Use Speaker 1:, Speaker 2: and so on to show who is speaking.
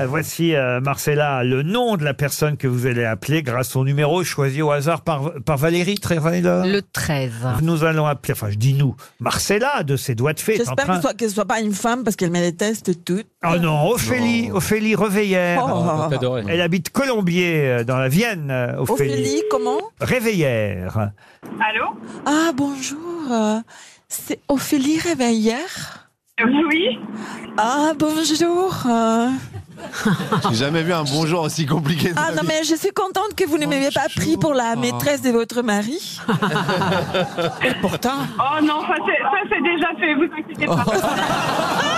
Speaker 1: Euh, Voici euh, Marcella, le nom de la personne que vous allez appeler grâce au numéro choisi au hasard par, par Valérie Trierweiler.
Speaker 2: Le 13.
Speaker 1: Nous allons appeler, enfin je dis nous, Marcella de ses doigts de fée. est en
Speaker 3: J'espère qu'elle
Speaker 1: train-
Speaker 3: ne soit, qu'elle soit pas une femme parce qu'elle me déteste toutes.
Speaker 1: Oh non, Ophélie, Ophélie Reveillère.
Speaker 3: Oh.
Speaker 4: On va t'adorer.
Speaker 1: Elle habite Colombier, euh, dans la Vienne, euh, Ophélie.
Speaker 3: Ophélie, comment
Speaker 1: Réveillère.
Speaker 5: Allô
Speaker 3: Ah, bonjour. euh, C'est Ophélie Réveillère
Speaker 5: Oui
Speaker 3: Ah, bonjour. euh.
Speaker 6: J'ai jamais vu un bonjour aussi compliqué. de
Speaker 3: Ah
Speaker 6: ma
Speaker 3: non,
Speaker 6: vie.
Speaker 3: mais je suis contente que vous ne m'ayez pas pris pour
Speaker 1: Ah.
Speaker 3: la maîtresse de votre mari.
Speaker 4: Pourtant,
Speaker 5: Oh non, ça c'est ça, c'est déjà fait, vous inquiétez pas.